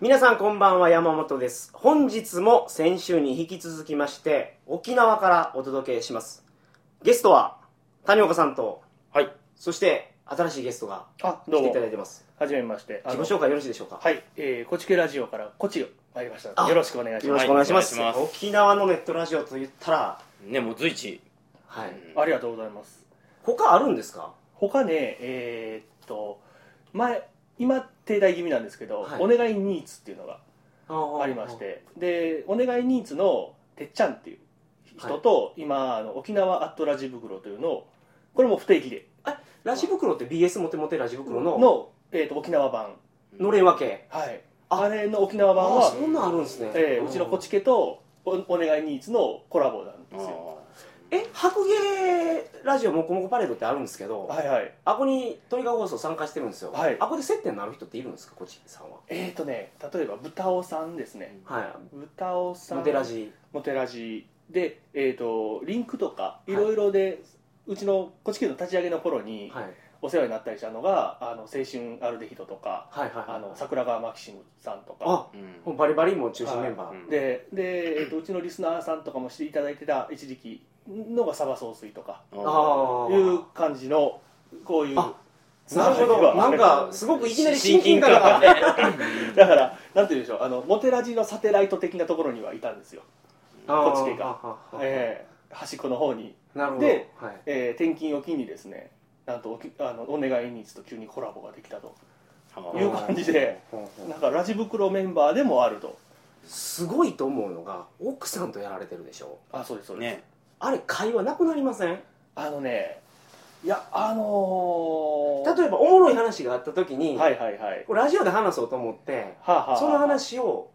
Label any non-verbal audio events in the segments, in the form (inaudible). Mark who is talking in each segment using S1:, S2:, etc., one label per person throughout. S1: 皆さんこんばんは山本です本日も先週に引き続きまして沖縄からお届けしますゲストは谷岡さんと
S2: はい。
S1: そして新しいゲストが
S2: あ、
S1: 来
S2: どう
S1: てい
S2: も
S1: た。だいてます
S2: はじめまして。あ
S1: 自
S2: の
S1: 己紹介よろしいでしょうか、
S2: はい。えー、こちけラジオからこちよ参りましたの
S1: あ
S2: で。よろしくお願いし
S1: よろ
S2: ま
S1: し
S2: す。
S1: くお願いします,、
S3: はいお願いしま
S1: 沖縄のネットラジオと言ったら
S3: ねもう随一
S1: はい、
S2: ありがとうございます。
S1: 他あるんですか
S2: 他ね、えーっと、前、今、停滞気味なんですけど、
S1: はい
S2: お願いニーツっていうのが
S1: あ
S2: ありまして、で、お願いニーツのてっちゃんっていう人と、今、あの沖縄アットラジ袋というのを、これも不定期で、
S1: ラジ袋って BS モテモテラジ袋のの
S2: の、えーっと、沖縄版。
S1: のれん分け
S2: はい。
S1: あ
S2: あれの沖縄版
S1: あ
S2: は
S1: そ、んなんあるんですね、
S2: えーうちのこちけとおお願いニーツのコラボなんですよ。
S3: う
S1: え白芸ラジオもこもこパレードってあるんですけど、
S2: はいはい。
S1: あこにトリガー放送参加してるんですよ、
S2: はい
S1: あこで接点のある人っているんですかこっちさんは
S2: えーとね、例えば、ブタオさんですね。
S1: はい
S2: ブタオさん。
S1: モテラ。ジ
S2: モテラジ。で、えーと、リンクとか、いろいろで、うちの、こっち系の立ち上げの頃に、
S1: はい、はい
S2: お世話になったりしたのが、あの、青春アルデヒドとか、
S1: はいはい
S2: あの、桜川マキシムさんとか。
S1: あ
S3: ん
S1: もうバリバリもう中心メンバー、
S3: はいうん
S2: で、で、えーと、うちのリスナーさんとかもしていただいてた、一時期のがサバ総帥とか、
S1: ああ
S2: いう感じの、こういう
S1: あ。
S2: つ
S1: な
S2: が
S1: る
S2: り
S1: ほ
S2: が
S1: どなんかすごくいきなり親近感が
S3: ね
S2: (laughs) だから、なんて言うんでしょう、あのモテラジのサテライト的なところにはいたんですよ、
S1: あー
S2: こっち系が
S1: あーあー
S2: えー端っこの方に、
S1: なるほど
S2: で
S1: はい、
S2: えー転勤を機にですね、なんとおきあのお願いニーズと急にコラボができたという感じで、
S1: ほうほう
S2: なんかラジ袋メンバーでもあると、
S1: すごいと思うのが奥さんとやられてるでしょ
S2: あそうです、そうです、
S3: ね
S1: あれ会話なくなりません
S2: あのね、いや、あのー、
S1: 例えばおもろい話があった時に、
S2: はいはいはい、
S1: これラジオで話そうと思って
S2: はあはあはあ
S1: その、話を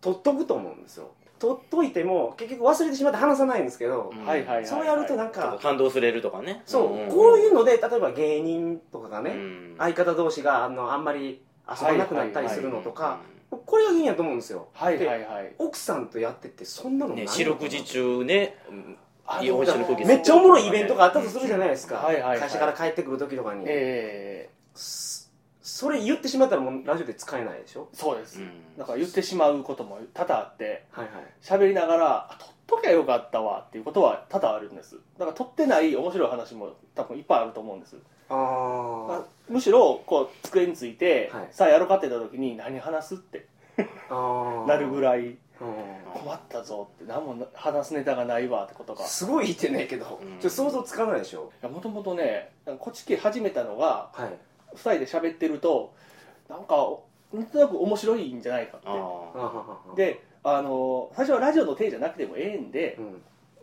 S1: 取っとくと思うんですよ取っといても結局忘れてしまって話さないんですけど、
S3: うん
S2: はいはいはい、
S1: そうやるとなんか、
S3: 感動するとかね
S1: そう、こういう
S3: の
S1: ので例えば芸人とかがね、
S3: ね
S1: 相方同士があのあんまり遊ばなくなったりするのとか、これが原因やと思うんですよ
S2: はいはいはい、
S1: 奥さんとやっててそんなのない
S3: ね
S1: のかな
S3: 四六時中ねうん
S2: あ
S3: いいお
S2: だ
S3: 城の時
S1: めっちゃおもろいイベントがあったとするじゃないですか、
S2: はいはいはい
S1: 会社から帰ってくる時とかに、
S2: え
S1: そそれ言ってしまったらもうラジオで使えないでしょ
S2: ー、そうです、
S3: うん
S2: なんか言ってしまうことも多々あって。
S1: はいはい
S2: 喋りながらあ撮っときゃよかったわっていうことは多々あるんですだから撮ってない面白い話も多分いっぱいあると思うんです
S1: あー
S2: むしろこう机について、
S1: はい
S2: さあやろうかって言った時に何話すって
S1: あ
S2: なるぐ
S1: い、
S2: らい
S1: うん
S2: 困ったぞって何も話すネタがないわってことがい
S1: すごいってねえけど、
S3: うん
S1: ちょっと想像つかないでしょ
S2: やもともとねなんかこっち系始めたのが
S1: はい
S2: 2人で喋ってるとなんかなんとなく面白いんじゃないかっ
S1: あ
S3: あ
S1: ははは
S2: てであの最初はラジオの手じゃなくてもええんで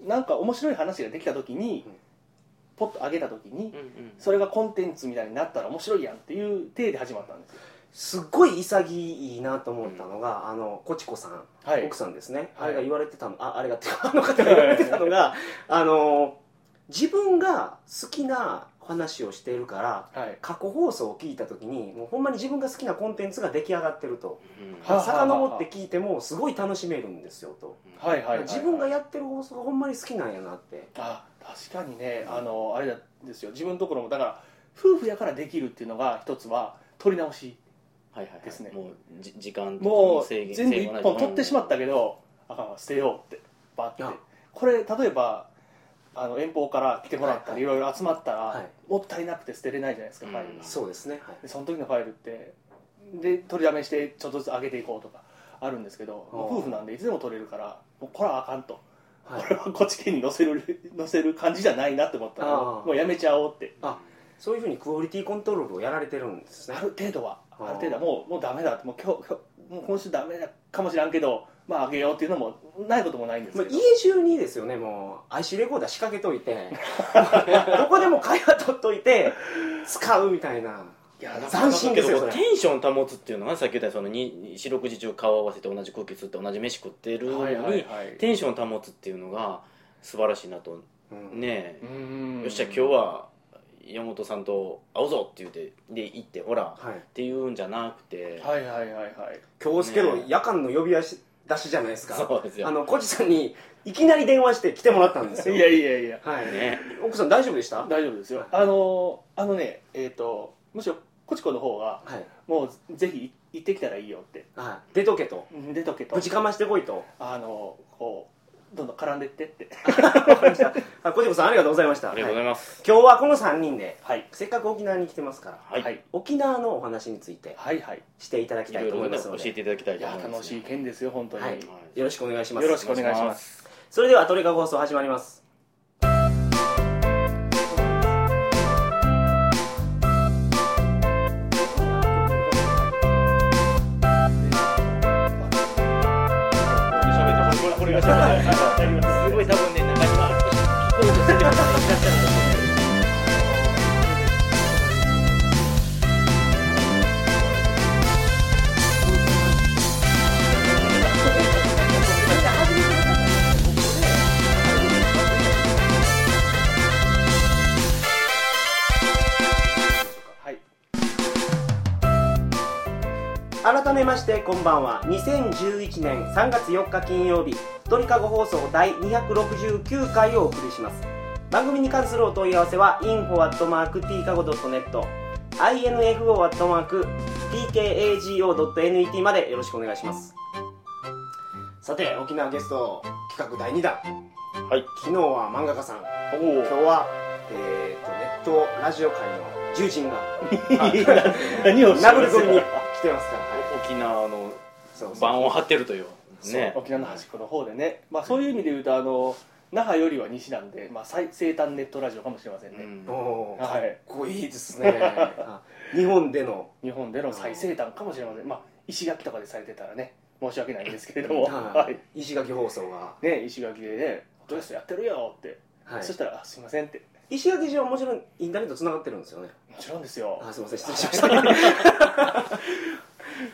S1: う、ん
S2: なんか面白い話ができた時に、
S1: うん
S2: ポッと上げた時に、
S3: ーうんうん
S2: それがコンテンツみたいになったら面白いやんっていう体で始まったんですよ
S1: すっごい潔いなと思ったのが、あのコチコさん、
S2: は
S1: 奥さんですね、
S2: は
S1: あ
S2: い
S1: れが言われてたのああれがっていうかあ (laughs) の方が言われてたのがあの自分が好きな話をしているから
S2: はい
S1: 過去放送を聞いた時にもうほんまに自分が好きなコンテンツが出来上がってると
S3: うん
S2: はあはあ
S1: 遡って聞いてもすごい楽しめるんですよと、
S2: はいはいはいはい
S1: 自分がやってる放送がほんまに好きなんやなって
S2: あ確かにねあのあれなんですよ自分のところもだから夫婦やからできるっていうのが一つは取り直し
S3: はいはいはい
S2: ですね
S3: もうじ時間とか
S2: もう
S3: 制限
S2: 全部
S3: 制
S2: 一
S3: 限がない
S2: 本取ってしまったけどあかんわ捨てようってバ
S1: い
S2: ッ
S1: や
S2: てこれ例えばあの遠方から来てもらったりいろいろ集まったら、
S1: はい
S2: もったいなくて捨てれないじゃないですかファイルが
S3: うん
S1: そうですね、はい
S2: でその時のファイルってで取りだめしてちょっとずつ上げていこうとかあるんですけど
S1: あー
S2: もう夫婦なんでいつでも取れるからもうこれはあかんと
S1: はい
S2: こ (laughs) れはこっち系に載せる載せる感じじゃないなって思ったら
S1: あー
S2: もうやめちゃおうって
S1: あそういうふうにクオリティコントロールをやられてるんですね
S2: ある程度は
S1: あー
S2: ある程度はもうもうダメだってもう今日今日もう今週ダメだかもしらんけどまああげようっていうのもないこともないんです
S1: まあ
S2: け、ど、
S1: 家中にですよねもう IC レコーダー仕掛けといてどこでも会話取っといて使うみたいない
S2: や
S1: ざ斬新ですよそれ
S3: テンション保つっていうのはさっき言ったようにそのに四六時中顔合わせて同じ空気吸って同じ飯食ってるの
S2: はいは
S3: に
S2: いはい
S3: テンション保つっていうのが素晴らしいなと
S1: うん
S3: ね
S2: うーん
S3: えよっしゃ今日は山本さんと会うぞって言ってで行ってほらっ
S1: はい
S3: ていうんじゃなくて
S2: はいはいはいはい
S1: 今日ですけど、
S3: ねえ
S1: 夜間の呼び出し出しじゃないですか
S3: そうですよ
S1: あのコチさんにいきなり電話して来てもらったんですよ
S2: いやいやいや
S1: はい、
S3: ね
S1: 奥さん大丈夫でした
S2: 大丈夫ですよあのあのねえっ、とむしろコチコの方が
S1: はい
S2: もうぜひ行ってきたらいいよって
S1: はい、出とけと
S2: うん出とけと
S1: ぶちかましてこいと
S2: あのこうどんどん絡んでってって
S1: わかりましたあ小島さんありがとうございました
S3: ありがとうございま
S1: は
S3: す、
S1: い今日はこの3人で
S2: はい
S1: せっかく沖縄に来てますから
S3: はい
S2: はい
S1: 沖縄のお話について
S2: はいはい
S1: していただき
S3: い
S1: た
S3: ろ
S1: い
S3: い
S1: と思
S3: ろ
S1: い
S3: ね
S1: ます
S3: 教
S1: ので
S3: えていただきたい
S2: い
S3: と
S2: や
S3: 思います
S2: 楽しい件ですよ本当に、
S1: はい
S2: よ
S1: よろしくお願いします
S2: ろしくお願いし
S3: お願
S2: ま
S3: いします
S1: それではトリカゴ放送始まります
S3: 喋ってこれこれがすごい多分ね中島聞こうとしてる方いらっしゃると思うんで
S2: はい
S1: 改めましてこんばんは2011年3月4日金曜日鳥かご放送第269回をお送りします番組に関するお問い合わせは info.tkago.net info.tkago.net までよろしくお願いしますさて沖縄ゲスト企画第2弾
S3: はい
S1: 昨日は漫画家さん
S2: お
S1: 今日は、えー、とネットラジオ界の重鎮
S3: (laughs)
S1: が
S2: お何をおっしゃ
S1: 殴
S2: る
S1: り
S2: んです
S1: 込みに
S2: か
S1: 来てますから、はい
S3: 沖縄の
S1: そうそう
S3: 盤を張ってるというね
S2: 沖縄の端っこの方でね、まあ、そういう意味で言うとあの那覇よりは西なんで、まあ、最西端ネットラジオかもしれません
S3: う
S2: ね、
S3: ん
S1: おーか
S2: は
S1: っ
S2: い
S1: こいいですねあ日本での
S2: 日本での最西端かもしれません、まあ、石垣とかでされてたらね申し訳ないんですけれども、
S1: は
S2: はい
S1: い石垣放送が、
S2: ね、石垣でね「ドレスやってるよ」って、
S1: はい
S2: そしたらあ「すいません」って
S1: 石垣市はもちろんインターネットつながってるんですよね
S2: 「もちろんですよ」
S1: あすいません失礼しましたは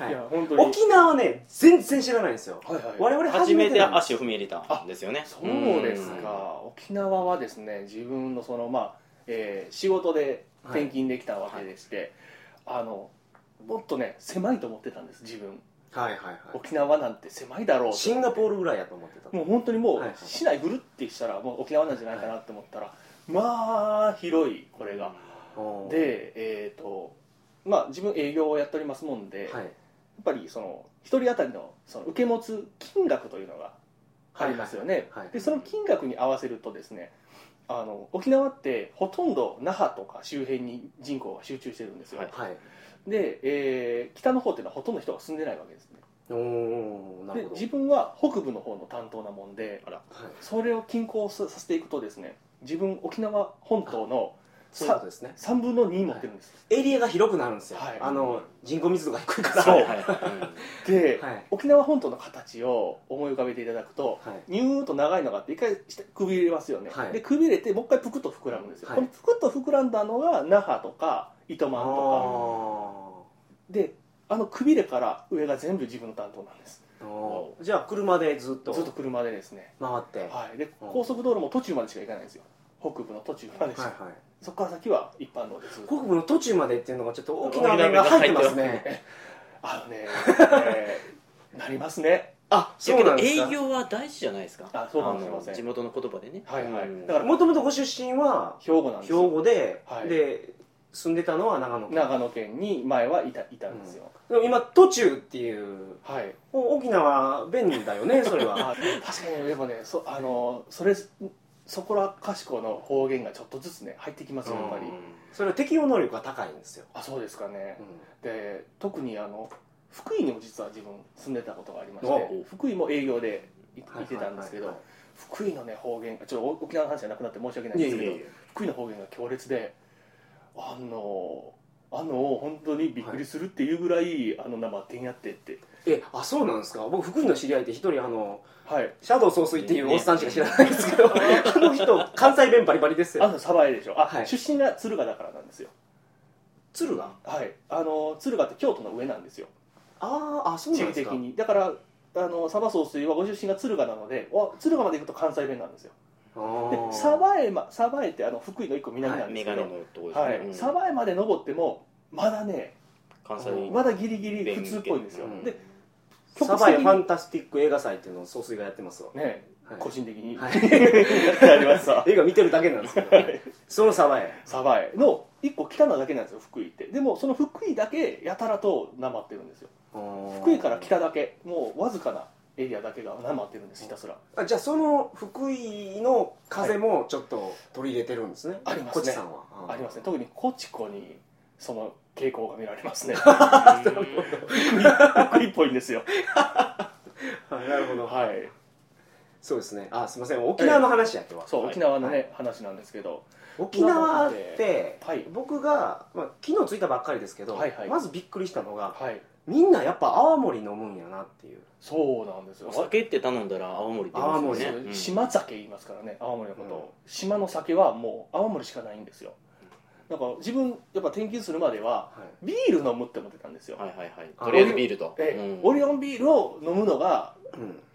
S1: い
S2: いや本当に
S1: 沖縄ね全然知らないんですよ
S2: はいはい
S1: 我々初
S3: 初
S1: め
S3: め
S1: て
S3: て
S1: なんです
S3: 足を踏み入れたんですよね
S2: そうです
S1: うん
S2: か沖縄はですね自分のそのまあ、えー仕事で転勤できたわけでして、あのもっとね狭いと思ってたんです自分
S1: はいはいはい
S2: 沖縄なんて狭いだろうと
S1: シンガポールぐらいやと思ってた
S2: もう本当にもう
S1: はいはい
S2: 市内ぐるってしたらもう沖縄なんじゃないかなって思ったら、まあ広いこれが、
S1: おー
S2: でえっ、とまあ自分営業をやっておりますもんで、やっ
S1: はい
S2: ぱりその一人当たりのその受け持つ金額というのがありますよね、
S1: はいはい
S2: でその金額に合わせるとですねあの沖縄ってほとんど那覇とか周辺に人口が集中してるんですよ、
S3: はい
S1: はい
S2: で、えー北の方っていうのはほとんど人が住んでないわけですね
S1: おおなる
S2: で
S1: ほど
S2: 自分は北部の方の担当なもんで
S1: はい
S2: それを均衡させていくとですね自分沖縄本島の
S1: そういうことですね
S2: 3分の2持ってるんです、
S1: エリアが広くなるんですよ、
S2: はい
S1: あの人口密度が低いから
S2: (laughs) そう
S3: は
S1: はいい
S3: はいうん
S2: で、
S1: はい
S2: 沖縄本島の形を思い浮かべていただくとニューと長いのがあって一回下くびれますよね、
S1: はい
S2: でくびれてもう一回ぷくっと膨らむんですよ、
S1: はい
S2: このぷくっと膨らんだのが那覇とか糸
S1: あ
S2: 満とか
S1: ー
S2: であのくびれから上が全部自分の担当なんです
S1: おーじゃあ車でずっと
S2: ずっと車でですね、
S1: 回っては
S2: はい、で
S1: うん
S2: 高速道路も途中までしか行かないんですよ北部の途中までし
S1: い
S2: か、
S1: はい
S2: そこから先は一般道です
S1: 北部の途中までっていうのがちょっと大きな面が入ってますね
S2: あのね、 (laughs) えーなりますね
S1: あ
S3: だけど営業は大事じゃないですか
S2: あそうかもしれません
S3: あの地元の言葉でね
S2: はいはい
S3: うん
S2: だから
S1: もともとご出身は
S2: 兵庫なんです
S1: 兵
S2: よ
S1: 庫で、
S2: はい
S1: で住んでたのは長野県
S2: 長野県に前はいたいたんですよ、
S1: でも今途中っていう
S2: はい
S1: お沖縄弁だよ
S2: (laughs)
S1: ねそれは
S2: あ確かにでもねそあのそれそこらかしこの方言がちょっとずつね入ってきますよやっぱり、
S3: うん
S1: それは適応能力が高いんですよ、
S2: あそうですかね
S1: う、ん
S2: で特にあの福井にも実は自分住んでたことがありまし
S1: お
S2: て福井も営業でい行
S1: はい
S2: ってたんですけ
S1: はい
S2: ど
S1: はいはい
S2: 福井のね方言ちょっとお沖縄の話じゃなくなって申し訳ないんですけど
S3: いえいえいえ
S2: 福井の方言が強烈であのあの本当にびっくりするっていうぐらい、あの生点やってって
S1: えあそうなんですか僕福井の知り合いで一人あの
S2: はい
S1: シャドウ総帥っていうおっさんしか知らないんですけど、あの人関西弁バリバリです
S2: あ
S1: よ
S2: の鯖江でしょあ、
S1: はい
S2: 出身が敦賀だからなんですよ
S1: 鶴が
S2: はいあの敦賀って京都の上なんですよ
S1: あーあそう
S2: 地
S1: なん
S2: 理
S1: です
S2: 的
S1: か
S2: にだからあの鯖総帥はご出身が敦賀なのでお敦賀まで行くと関西弁なんですよ
S1: あ
S2: で
S1: ー
S2: 鯖江,、ま、鯖江ってあの福井の一個南なんで
S3: メ
S2: すけ
S3: ガ
S2: ど、
S3: ネ
S2: は
S3: のとこで
S2: い
S3: すね、うん
S2: 鯖江まで登ってもまだね
S3: 関西
S1: うん
S2: まだギリギリ普通っぽいんですよ、
S1: うん
S2: で
S1: サバイファンタスティック映画祭っていうのを総帥がやってますわ
S2: ね
S1: はい
S2: 個人的に、
S1: は
S2: (laughs) やりました
S1: 映画見てるだけなんですけど、ね、そのサバへ
S2: 鯖江の一個来たのだけなんですよ福井ってでもその福井だけやたらとなまってるんですよ福
S1: 福
S2: 井から来ただけもうわずかなエリアだけがなまってるんですひたすら
S1: あじゃあその福井の風もちょっと取り入れてるんですね、
S2: ありますね
S1: こっちさんは
S2: ありますね特にコチコにその傾向が見られ (laughs) ますね福井っぽいんですよ
S1: すなるほど
S2: はい
S1: そうですねあすいません沖縄の話や今日は、
S2: そう、
S3: はい
S2: 沖縄のね、
S1: は
S2: 話なんですけど
S1: 沖縄って、
S2: はい
S1: 僕が、まあ、昨日着いたばっかりですけど、
S2: はいはい
S1: まずびっくりしたのが
S2: はい
S1: みんなやっぱ泡盛飲むんやなっていう
S2: そうなんですよ
S3: お酒って頼んだら青森出ますよ
S1: 青
S3: ね、うん
S2: 島酒言いますからね青森のことを、
S1: うん
S2: 島の酒はもう青森しかないんですよなんか自分やっぱ転勤するまでは
S1: はい
S2: ビール飲むって思ってたんですよ、
S3: はいはいはい
S1: あ
S3: とりあえずビールと、
S2: ええ
S3: う
S2: オリオンビールを飲むのが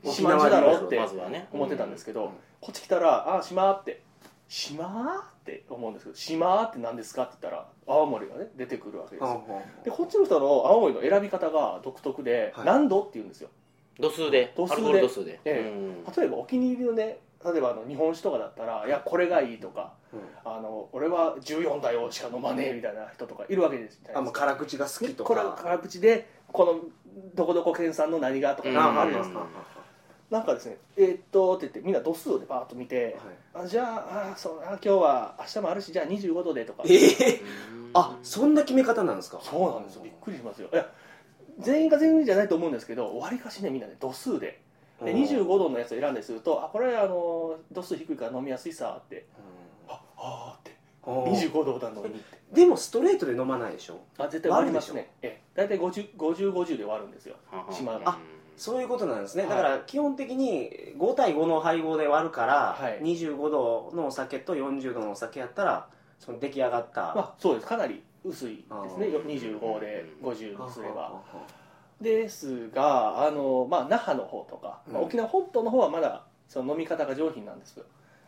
S1: うん
S2: 島地だろうって
S3: まずはね
S2: 思ってたんですけど、
S1: うん
S2: こっち来たら「あー島」って「島」って思うんですけど「島」って何ですかって言ったら青森がね出てくるわけですよでこっちの人の青森の選び方が独特で
S1: はい
S2: 「何度?」って言うんですよ
S3: 度数で
S2: 度数で
S3: アルコール度数で、
S2: ええ
S3: うん
S2: 例えばお気に入りのね例えばあの日本酒とかだったら「いやこれがいい」とか
S1: うん
S2: 「あの俺は14台をしか飲まねえ」みたいな人とかいるわけですじゃな
S1: あ
S2: い
S1: も
S2: で
S1: う
S2: すか
S1: 辛口が好きとか
S2: これは辛口でこのどこどこ県産の何がとか
S3: うん
S1: あ
S2: なんかあ
S1: あ
S2: る
S1: り
S2: じゃない
S1: ま
S2: です
S1: か
S2: すか
S1: は
S2: なんかですねえーっとって言ってみんな度数でバーッと見て、あじゃああそうあ今日は明日もあるしじゃあ25度でとか
S1: いええ
S3: うん
S1: あそんな決め方なんですか
S2: そうなんですよびっくりしますよいや全員が全員じゃないと思うんですけどわりかしねみんなね度数でで25度のやつを選んでするとあこれあの度数低いから飲みやすいさってああーって
S1: うん
S2: 25度なのにって
S1: でもストレートで飲まないでしょ
S2: あ絶対割りますねええ大体5050 50で割るんですよ島
S3: あ
S1: そういうことなんですね、
S2: はい
S1: だから基本的に5対5の配合で割るから、
S2: はい
S1: 25度のお酒と40度のお酒やったらその出来上がった、
S2: まあそうですかなり薄いですね
S1: あー
S2: よ25で50にすれば
S1: はあは
S2: ですがあの、まあ、那覇の方とか、まあ
S1: うん
S2: 沖縄本島の方はまだその飲み方が上品なんです、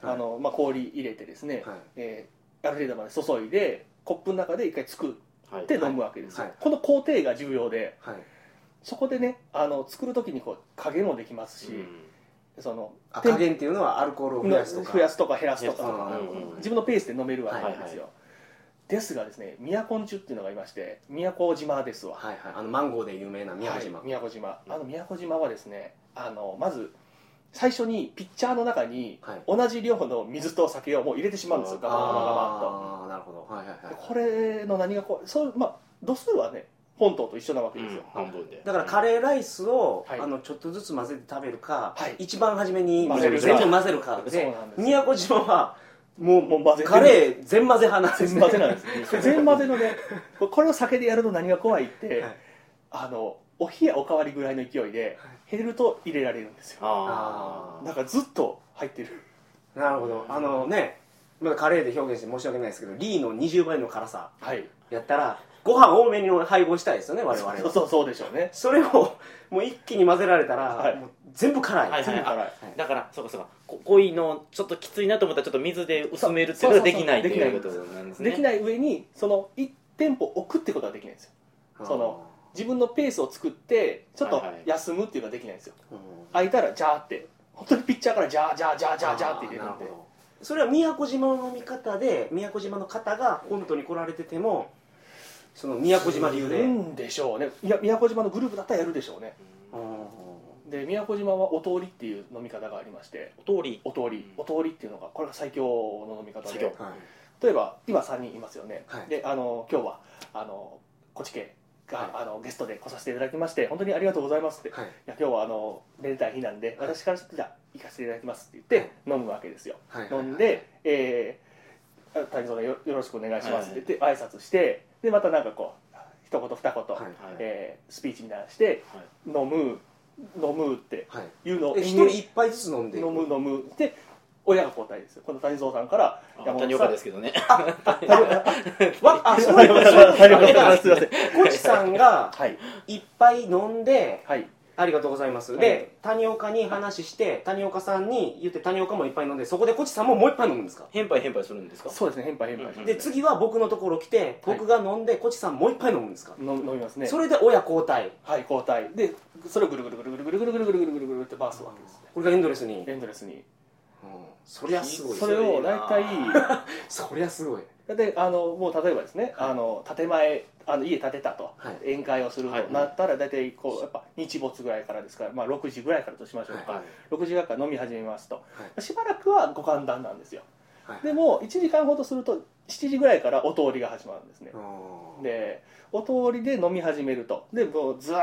S1: あはあ
S2: あのまあ、氷入れてですね、
S1: はい
S2: えーある程度まで注いでコップの中で一回作っ
S3: はい
S2: て飲むわけですよ、
S1: はいはい
S2: この工程が重要で
S1: はい
S2: そこでねあの作る時にこう加減もできますし、
S3: うん
S2: その
S1: あ
S2: 天
S1: 加減っていうのはアルコールを増やすとか
S2: 増やすとか減らすと
S3: 減らす
S2: か
S1: あーなるほど
S3: うん
S2: 自分のペースで飲めるわけなんです
S3: はい
S2: よ、
S3: は
S2: ですがですね宮古んちゅっていうのがいまして宮古島ですわ、
S1: はいはいあのマンゴーで有名な宮古島、
S2: はい、宮古島あの宮古島はですねあのまず最初にピッチャーの中に
S1: はい
S2: 同じ量の水と酒をもう入れてしまうんですよガバガバガバ
S1: ああなるほどはいはい
S2: ッとで
S1: は
S2: これの何がこうそうまあ度数はね本島と一緒なわけ
S3: うん
S2: ですよ、
S3: 半分で
S1: いだからカレーライスを、
S2: はい
S1: あのちょっとずつ混ぜて食べるか、
S2: はい
S1: 一番初めに
S2: 混ぜるか
S1: 全部混ぜるか
S2: そう
S1: で
S2: なんです
S1: 宮古島はもう
S2: もう混ぜてる
S1: カレー全混ぜ派なんです
S2: 全
S1: ね
S2: 混ぜなんですこれ全混ぜのねこれこれを酒でやると何が怖いって、
S1: はい
S2: あのお冷やおかわりぐらいの勢いで減ると入れられるんですよ
S3: あ
S2: だからずっと入ってる
S1: (laughs) なるほどあのねまだカレーで表現して申し訳ないですけどリーの20倍の辛さ
S2: はい
S1: やったらご飯多めに配合したいですよね我々は
S2: そうそうそうでしょうね
S1: それをもう一気に混ぜられたら、
S2: はい
S1: もう全部辛い、
S3: はい
S2: 全部辛い
S1: はい
S3: だからそうかそうかこ濃いのちょっときついなと思ったらちょっと水で薄めるっていうのが
S2: そうそう
S3: で
S2: そう
S3: きないと
S2: できない
S3: いうことなんですね
S2: できない上にその1店舗置くってことはできないんですよその自分のペースを作ってちょっと
S3: はいはい
S2: 休むっていうのはできないんですよ、
S1: うん
S2: 空いたらジャーって本当にピッチャーからジャージャージャージャージャーって入れるん
S1: あーな
S2: で
S1: るほどそれは宮古島の見方で宮古島の方が本島に来られててもその宮古島流で、
S2: う
S1: うん
S2: んでしょうねいや宮古島のグループだったらやるでしょうねで宮古島はお通りっていう飲み方がありまして
S3: お通り
S2: お通り
S3: う
S2: お
S3: ん
S2: 通りっていうのがこれが最強の飲み方
S3: 最
S2: で
S3: 強
S1: はい
S2: 例えば今3人いますよね、
S1: はい
S2: であの今日はあのこち系が、
S1: は
S2: あのゲストで来させていただきまして本当にありがとうございますって
S1: はい
S2: いや今日はあのめでたい日なんで
S1: はい
S2: 私からちょっとじゃあ行かせていただきますって言って飲むわけですよ
S1: はい
S2: 飲んで「えー、あ谷蔵さんよよろしくお願いします」って言って挨拶してでまたなんかこう一言二言、
S1: はい
S3: はい
S2: えースピーチみたいなのして
S3: はい
S2: 「飲む飲む」って
S1: はい
S2: いうのを
S1: え一人一杯ずつ飲んでいく
S2: 飲む飲むで親が交代ですよこの谷蔵さんから
S3: あ
S2: いやもう
S3: 谷岡ですけどね
S1: わあそう
S2: 谷岡さん谷岡さんすいません
S1: コチさんが
S2: はい
S1: いっぱい飲んで
S2: はい
S1: ありがとうございます
S2: ありがと
S1: で谷岡に話して谷岡さんに言って谷岡もいっぱい飲んでそこでコチさんももう一杯飲むんですか
S3: 変配変配するんですか
S2: そうですね変配変配し
S3: うん
S2: ま
S1: で次は僕のところ来て僕が飲んでコチさんもう一杯飲むんですか
S2: す飲み飲みますね
S1: それで親交代
S2: はい交代でそれをぐるぐるぐるぐるぐるぐるぐるぐるぐるぐるぐるって回すわけですね
S1: これがエンドレスにうん
S2: エンドレスに
S1: そりゃすごいです
S2: そ
S1: よ
S2: れを大体
S1: そりゃすごい
S2: であのもう例えばですね、
S1: はい
S2: あの建前あの家建てたと、
S1: はい
S2: 宴会をすると
S3: はい
S2: なったら大体こうやっぱ日没ぐらいからですから、まあ、6時ぐらいからとしましょうか、
S1: は
S2: 6時ぐらいから飲み始めますと、
S1: は
S2: しばらくはご歓談なんですよ
S1: はい
S2: でも1時間ほどすると7時ぐらいからお通りが始まるんですね
S1: うん
S2: でお通りで飲み始めるとでもうずーっ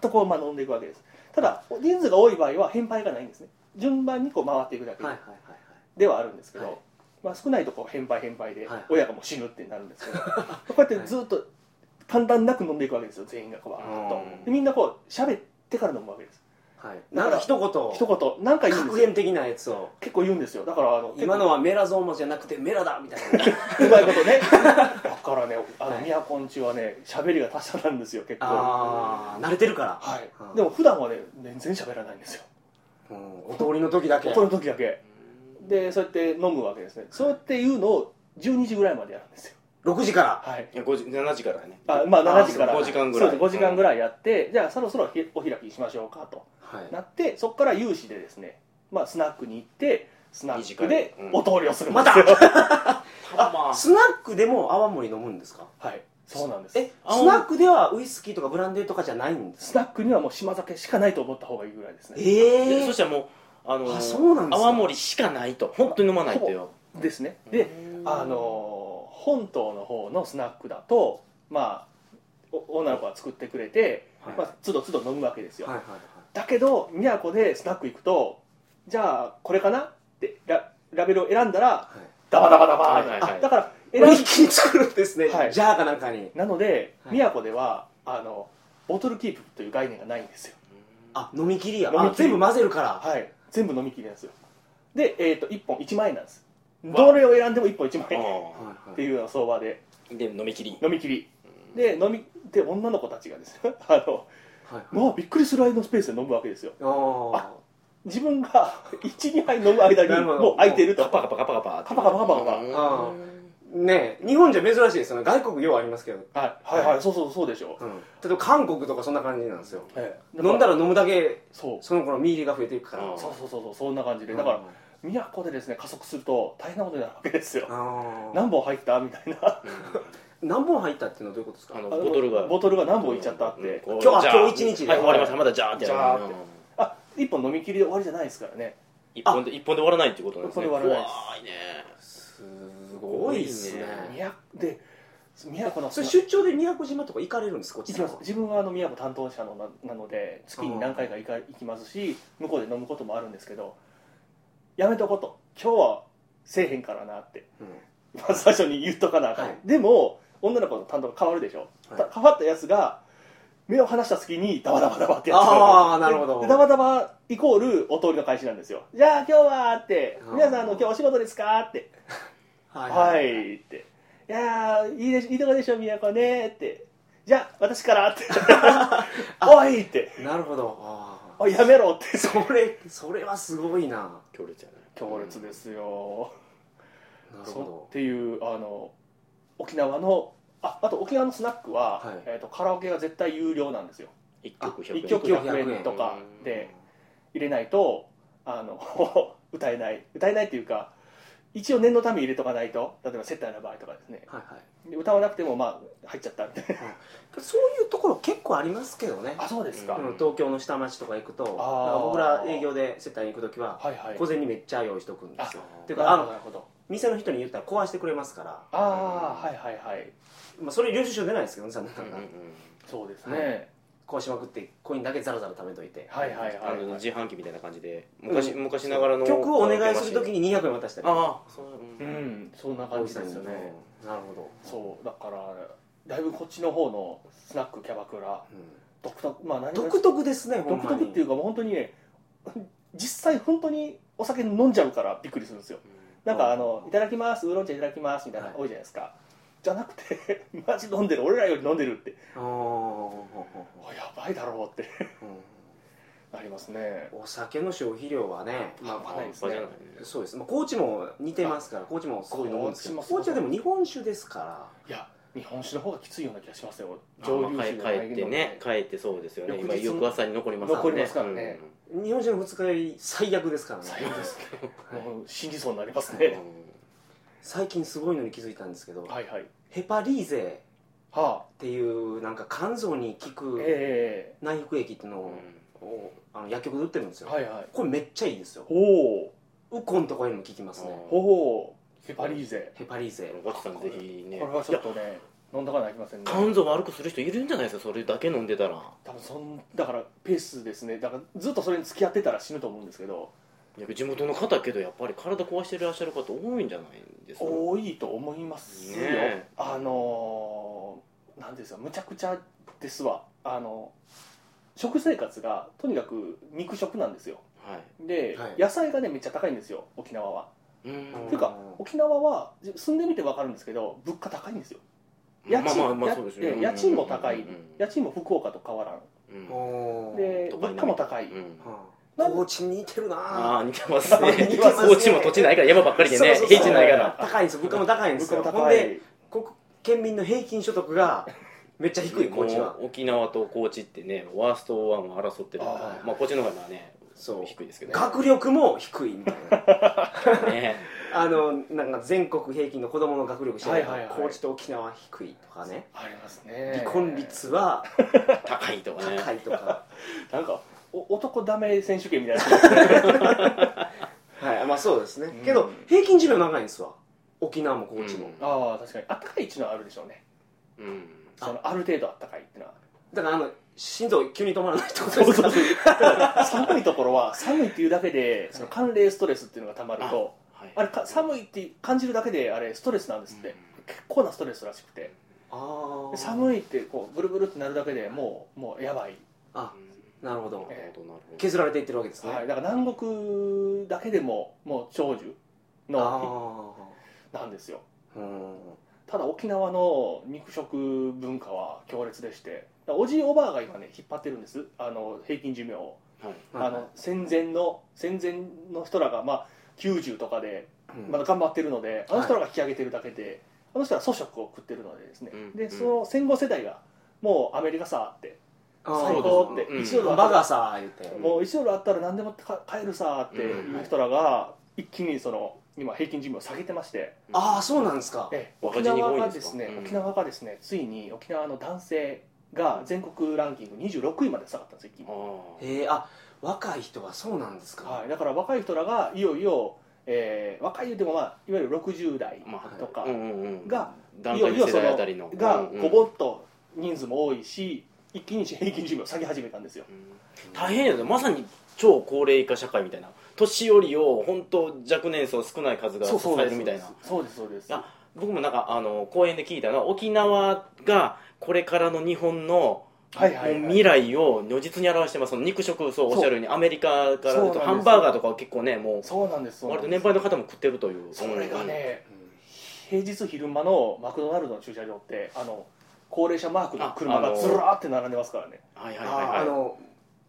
S2: とこうまあ飲んでいくわけですただ人数が多い場合は返杯がないんですね順番にこう回っていくだけ
S1: はいはい
S2: ではあるんですけど、
S1: はい
S2: まあ、少ないとこう返杯返杯で
S1: はい
S2: 親がもう死ぬってなるんですけど、
S1: (laughs)
S2: こうやってずっと簡単なく飲んでいくわけですよ全員がこうわーっと
S1: うん
S2: でみんなこう喋ってから飲むわけです
S1: はいはい
S2: だ
S1: な
S2: か
S1: ん
S2: ら
S1: か一言
S2: 一言なんか言うんで
S1: 格
S2: すよ
S1: 言的なやつを
S2: 結構言うんですよだからあの
S1: 今のはメラゾーマじゃなくてメラだみた (laughs) いな
S2: うまいこと
S1: (laughs)
S2: ねだからねあの
S1: はい
S2: 都んちはね喋りが達者なんですよ結構
S1: ああ慣れてるから
S2: はい
S1: うん
S2: でも普段はね全然喋らないんですよ
S1: うんお通りの時だけ
S2: その時だけでそうやって飲むわけですねそうやって言うのを12時ぐらいまでやるんですよ
S1: 6時から
S2: はい
S3: いや5時7時からね
S2: あまあ
S1: あ
S2: 7時から
S3: そう5時間ぐらい
S2: そうです5時間ぐらいやって、じゃあそろそろひお開きしましょうかと
S1: はい
S2: なってそこから有志でですね、まあ、スナックに行ってスナックで
S3: 二次会うん
S2: お通りをするん
S1: ま
S2: で
S1: た
S2: すよ、
S3: あまあ
S1: スナックでも泡盛飲むんですか
S2: (laughs) はいそうなんです
S1: え
S3: あ
S1: スナックではウイスキーとかブランデーとかじゃないんです
S2: スナックにはもう島酒しかないと思った方がいいぐらいですね
S1: え
S3: でそしたらもうあのー
S1: あそうなんですか
S3: 泡盛しかないと本当に飲まないとよ
S2: ですねで
S1: うん
S2: あのー本島の方のスナックだとまあお女の子が作ってくれて、
S1: はい
S2: まあ、つどつど飲むわけですよ、
S1: はいはい
S2: だけど宮古でスナック行くとじゃあこれかなってララベルを選んだら
S1: はい
S2: ダバダバダバ、
S3: はいはいはい
S2: あだから選
S1: はい
S2: ん
S1: 一気に作るんですね
S2: はい
S1: ジャーかなんかに
S2: なので、
S1: はい
S2: 宮古ではあのボトルキープという概念がないんですよ
S1: あ飲み切りや
S2: 飲み
S1: あ
S2: 切り
S1: 全部混ぜるから
S2: はい全部飲み切りなんですよで、えー、と1本1万円なんですどれを選んでも1本1万円
S3: あ
S2: っていうような相場で
S3: ーで飲みきり
S2: 飲み切りで飲みで女の子たちがですね (laughs) あのもうびっくりする間のスペースで飲むわけですよ
S1: あ
S2: 自分が12杯 (laughs) 飲む間に
S1: なるほど
S2: もう空いてると
S3: カパカパカパカパ
S2: カパカパカパカパ
S3: うん
S1: あーねえ日本じゃ珍しいですよね外国ようありますけど
S2: はいはいはいそうそうそうでしょ
S1: うん例えば韓国とかそんな感じなんですよ
S2: う、ええ
S1: 飲んだら飲むだけ
S2: そう
S1: その子のミリが増えていくから
S3: うん
S2: そうそうそうそうそんな感じでだから宮古でですね加速すると大変なことになるわけですよ
S1: あー
S2: 何本入ったみたいな
S1: 何本入ったっていうのはどういうことですか
S3: あのボトルが
S2: ボトルが何本いっちゃったって、
S3: うんこう
S1: 今日は
S3: じゃあ
S1: 今日一日で
S3: はい終わりましたまだじゃーってやる
S2: じゃーってあ一本飲み切りで終わりじゃないですからね
S3: 一本で一本で終わらないってことなんですね
S2: 一本で終わらない
S3: 怖いね
S1: すごいっすね
S3: すごいね
S2: 宮で宮古の
S1: それ出張で宮古島とか行かれるんですかこっ
S2: 行
S1: ち
S2: きます自分はあの宮古担当者のななので月に何回か行か行きますし向こうで飲むこともあるんですけどやめとこと今日はせえへんからなってまず最初に言っとかなあかん、
S1: はい
S2: でも女の子の担当が変わるでしょ、
S1: はい
S2: た変わったやつが目を離した隙にダバダバダバってやってくる
S1: ああなるほど
S2: でダバダバイコールお通りの開始なんですよじゃあ今日はって
S1: あー
S2: 皆さんあの今日お仕事ですかって
S1: は
S2: はい、っていやーいいでしいいとこでしょ宮古ねってじゃあ私か
S1: (laughs)
S2: らって (laughs) おいって
S1: なるほどあ
S2: おいやめろって
S1: ーそれそれはすごいな
S3: 強烈やね
S2: 強烈ですすよ、
S1: なる
S2: そう
S1: ほ
S2: っていうあの沖縄のああと沖縄のスナックは、
S1: はい
S2: えー、とカラオケが絶対有料なんですよ
S3: 一曲
S2: 1
S3: 100円
S2: 曲100円とか
S1: ど
S2: で入れないとあの (laughs) 歌えない歌えないっていうか一応念のために入れとかないと例えば接待の場合とかですね
S1: はいはい
S2: で歌わなくてもまあ入っちゃったみたいな
S1: そういうところ結構ありますけどね
S2: あそうですか、
S3: う
S1: うん東京の下町とか行くとだか
S2: あ
S1: ら
S2: ー
S1: 僕ら営業で接待に行く時は
S2: はいはい
S1: 小銭めっちゃ用意しとくんですよ
S3: あ
S1: ていうかあの
S2: なるほど
S1: 店の人に言ったら壊してくれますから
S2: ああはいはいはい
S1: まあそれ領収書出ないですけどね残念な
S3: うん
S1: がら
S2: そうですね、
S1: 壊しまくってコインだけザラザラ貯めといて
S2: はい、はい
S3: あ
S2: はい
S3: の
S2: はい
S3: 自販機みたいな感じで
S1: ん
S3: 昔昔ながらの
S1: 曲をお願いするときに200円渡したり
S3: ああそう
S2: う
S3: うん
S2: んそんな感じですよね
S1: なるほど、
S2: そうだからだいぶこっちの方のスナックキャバクラ独特まあ何が
S1: 独特ですねほん
S2: 独
S1: まに
S2: 特っていうかもう本当にね実際本当にお酒飲んじゃうからびっくりするんですよなんかあの「いただきますウーロン茶いただきます」みたいな、
S1: はい
S2: 多いじゃないですかじゃなくて (laughs) マジ飲んでる俺らより飲んでるって
S1: あー
S2: おいやばいだろうって
S1: うん
S2: ありますね
S1: お酒の消費量はね、まあ、
S2: 半端ないです
S3: 半端じゃ
S2: ね
S3: ない
S1: そうです、まあ、高知も似てますから高知もすごい飲むんですけど
S2: 高知もそう
S1: 高知はでも日本酒ですから
S2: いや日本酒の方がきついような気がしますよ
S3: あ
S2: 蒸留
S3: まあ
S2: 酒
S3: 帰帰
S2: の
S3: ってね帰ってそうですよね
S2: 翌
S3: 今
S2: 日
S3: 翌朝に残ります
S2: 残りますからね
S1: 日本酒の二日酔い最悪ですからね
S2: 最悪ですね
S1: はい
S2: (laughs) もう死にそうになります
S3: うん
S2: ね
S1: 最近すごいのに気づいたんですけど、
S2: はいはい
S1: ヘパリーゼ
S2: は
S1: っていうなんか肝臓に効
S2: あ
S1: く
S2: え
S1: 内服液っていうの
S3: う
S1: を
S3: ん
S1: をあの薬局で売ってるんです
S2: え
S1: よ、
S2: はいはい
S1: これめっちゃいいですよ
S2: おお
S1: ウコンとかにも効きますね
S2: おおヘパリーゼ
S1: ヘパリーゼ
S3: ガチさんぜひね
S2: これはちょっとね飲んだからなきませんね
S3: 肝臓悪くする人いるんじゃないですかそれだけ飲んでたら
S2: 多分そんだからペースですねだからずっとそれに付き合ってたら死ぬと思うんですけど
S3: いや地元の方けどやっぱり体壊してらっしゃる方多いんじゃないですか
S2: 多いと思いますよ、
S3: ねえ
S2: あのーなんていうんですかむちゃくちゃですわあの食生活がとにかく肉食なんですよ
S3: はい
S2: で、
S1: はい
S2: 野菜がねめっちゃ高いんですよ沖縄は、
S3: うん
S2: っていうか沖縄は住んでみて分かるんですけど物価高いんですよ家賃,や、ええ家賃も高い、家賃も福岡と変わらん
S3: うん
S1: おー
S2: で
S3: 都会
S2: 物価も高い、
S3: うん
S1: はあ
S2: なん
S1: 高知に似てるなぁ
S3: ああ似てますね
S1: (laughs) 似てますね
S3: 高知も土地ないから山ばっかりでね
S1: そうそうそう
S3: 平地ないから
S1: 高いんですよ物価も高いんで
S2: 物
S1: す
S2: 価
S1: よ
S2: も
S1: ほん
S2: 高
S1: で
S2: い
S1: 国県民の平均所得がめっちゃ低い高知は
S3: もう沖縄と高知ってねワーストワンを争ってるから
S2: あ
S1: あ
S3: まあ高知の方がまあね
S1: そう
S3: 低いですけどね
S1: 学力も低いみたいな
S3: ね
S1: あのなんか全国平均の子供の学力調べた
S2: はい
S1: ら
S2: はいはい
S1: 高知と沖縄は低いとかね
S2: ありますね
S1: 離婚率は
S3: 高いとかね
S1: 高いとか
S2: なんかお男ダメ選手権みたいな
S1: はいまあそうですね
S2: うん
S1: けど平均寿命長いんですわ沖縄も高知も
S3: うん
S2: (laughs) ああ確かにあったかいっていうのはあるでしょうね
S3: うん
S2: そのある程度あったかいっていうのは
S1: だからあの心臓急に止まらないってこと
S2: そ
S1: です
S2: うそ
S1: か
S2: うそう寒いところは寒いっていうだけ (laughs) でその寒冷ストレスっていうのがたまると
S3: はい
S2: あれか寒いって感じるだけであれストレスなんですって、結構なストレスらしくて
S1: あ
S2: で
S1: あ
S2: 寒いってこうブルブルってなるだけでもうもうやばい、
S1: あなるほど
S3: なるほどなるほど
S1: 削られていってるわけですね
S2: はい、だから南国だけでももう長寿の
S1: あ
S2: なんですよ
S1: あうん
S2: ただ沖縄の肉食文化は強烈でしてだからおじいおばあが今ね引っ張ってるんですあの平均寿命を、
S3: はい
S1: はい
S2: あの戦前の戦前の人らがまあ90とかでまだ頑張ってるのであの人らが引き上げてるだけで、あの人らは粗食を食ってるのでですね、
S3: うんう
S2: で
S3: ん
S2: その戦後世代がもうアメリカさって、
S1: 最
S2: 最高って、
S3: うん
S2: 一ドルあった
S1: バ
S2: ら
S1: カさ言って
S2: もう1ドルあったら何でもか買えるさっていう人らが一気にその今平均寿命を下げてまして、
S1: ああそうなんですか
S2: ええ
S3: 若
S2: 沖
S3: 字に多
S2: 縄
S3: い
S2: が
S3: んで
S2: ですす
S3: か
S2: ね、
S3: うん
S2: 沖縄がですねついに沖縄の男性が全国ランキング26位まで下がったんです一気に、
S3: あ
S1: へえあ若い人はそうなんですか、
S2: はい、だから若い人らがいよいよ、えー若い言うても、まあ、いわゆる60代
S3: あま
S2: とか
S3: あうんうんうん
S2: が
S3: 段階世代あたりの
S2: が
S3: うんうん
S2: ごぼっと人数も多いし一気に平均寿命を下げ始めたんですよ
S3: 大変やでまさに超高齢化社会みたいな年寄りを本当若年層少ない数が支
S2: そう
S3: え
S2: で
S3: る
S2: す
S3: みたいな
S2: そうですそうです
S3: あ僕もなんかあの講演で聞いたのは沖縄がこれからの日本の
S2: はいはいはい
S3: もう未来を如実に表してますその肉食そうおっしゃるようにアメリカから
S2: そう
S3: だ
S2: なんで
S3: と
S2: す
S3: ハンバーガーとかは結構ねも
S2: そうなんで
S3: う
S2: すそうな
S3: 割
S2: ん
S3: と
S2: です
S3: 年配の方も食ってるという
S2: それがね
S1: うん
S2: 平日昼間のマクドナルドの駐車場ってあの高齢者マークの車
S3: ああ
S2: が
S3: の
S2: ずらーって並んでますからね
S3: うんはいはいはい
S1: あ
S3: はい
S1: あの